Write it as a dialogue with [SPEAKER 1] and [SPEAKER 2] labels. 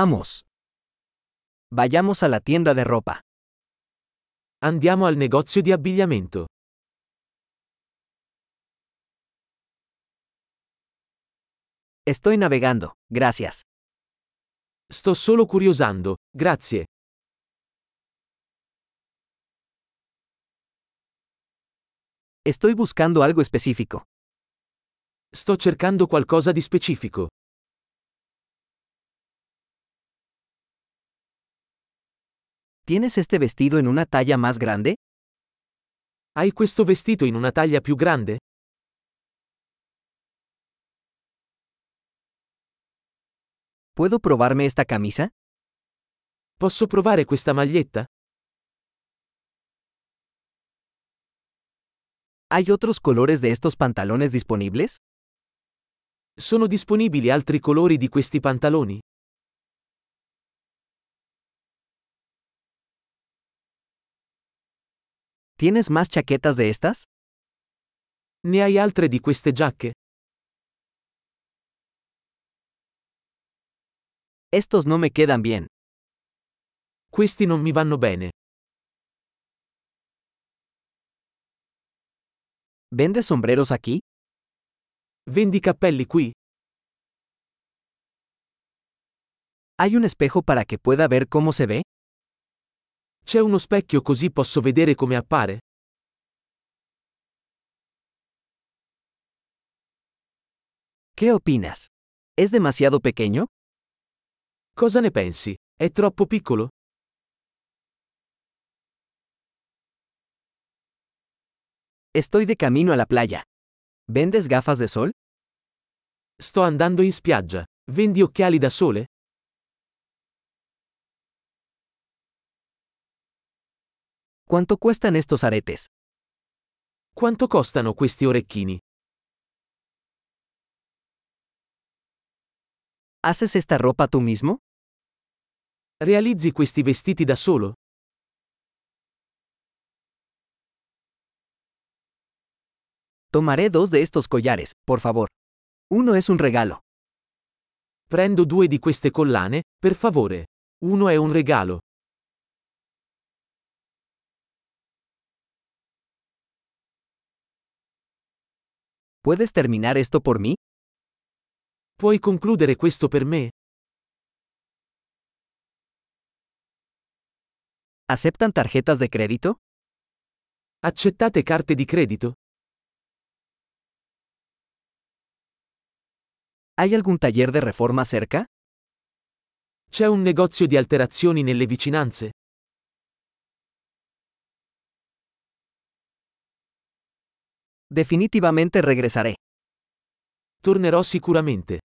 [SPEAKER 1] Vamos. Vayamos a la tienda de ropa.
[SPEAKER 2] Andiamo al negozio di abbigliamento.
[SPEAKER 1] Estoy navegando, gracias.
[SPEAKER 2] Sto solo curiosando, grazie.
[SPEAKER 1] Estoy buscando algo específico.
[SPEAKER 2] Sto cercando qualcosa di specifico.
[SPEAKER 1] ¿Tienes este vestido en una talla más grande?
[SPEAKER 2] Hai questo vestito in una taglia più grande?
[SPEAKER 1] ¿Puedo probarme esta camisa?
[SPEAKER 2] Posso provare questa maglietta?
[SPEAKER 1] ¿Hay otros colores de estos pantalones disponibles?
[SPEAKER 2] Sono disponibili altri colori di questi pantaloni?
[SPEAKER 1] ¿Tienes más chaquetas de estas?
[SPEAKER 2] Ne hai altre di queste giacche?
[SPEAKER 1] Estos no me quedan bien.
[SPEAKER 2] Questi non mi vanno bene.
[SPEAKER 1] ¿Vendes sombreros aquí?
[SPEAKER 2] Vendi cappelli qui?
[SPEAKER 1] ¿Hay un espejo para que pueda ver cómo se ve?
[SPEAKER 2] C'è uno specchio così posso vedere come appare?
[SPEAKER 1] ¿Qué opinas? ¿Es demasiado pequeño?
[SPEAKER 2] Cosa ne pensi? È troppo piccolo?
[SPEAKER 1] Estoy de camino a la playa. ¿Vendes gafas de sol?
[SPEAKER 2] Sto andando in spiaggia. Vendi occhiali da sole?
[SPEAKER 1] ¿Cuánto cuestan estos aretes?
[SPEAKER 2] Quanto costano questi orecchini?
[SPEAKER 1] ¿Haces esta ropa tú mismo?
[SPEAKER 2] Realizzi questi vestiti da solo?
[SPEAKER 1] Tomaré dos de estos collares, por favor. Uno es un regalo.
[SPEAKER 2] Prendo due di queste collane, per favore. Uno è un regalo.
[SPEAKER 1] ¿Puedes terminar esto por mí?
[SPEAKER 2] Puoi concludere questo per me?
[SPEAKER 1] ¿Aceptan tarjetas de crédito?
[SPEAKER 2] Accettate carte di credito?
[SPEAKER 1] ¿Hay algún taller de reforma cerca?
[SPEAKER 2] C'è un negozio di alterazioni nelle vicinanze?
[SPEAKER 1] Definitivamente regresaré.
[SPEAKER 2] Tornerò sicuramente.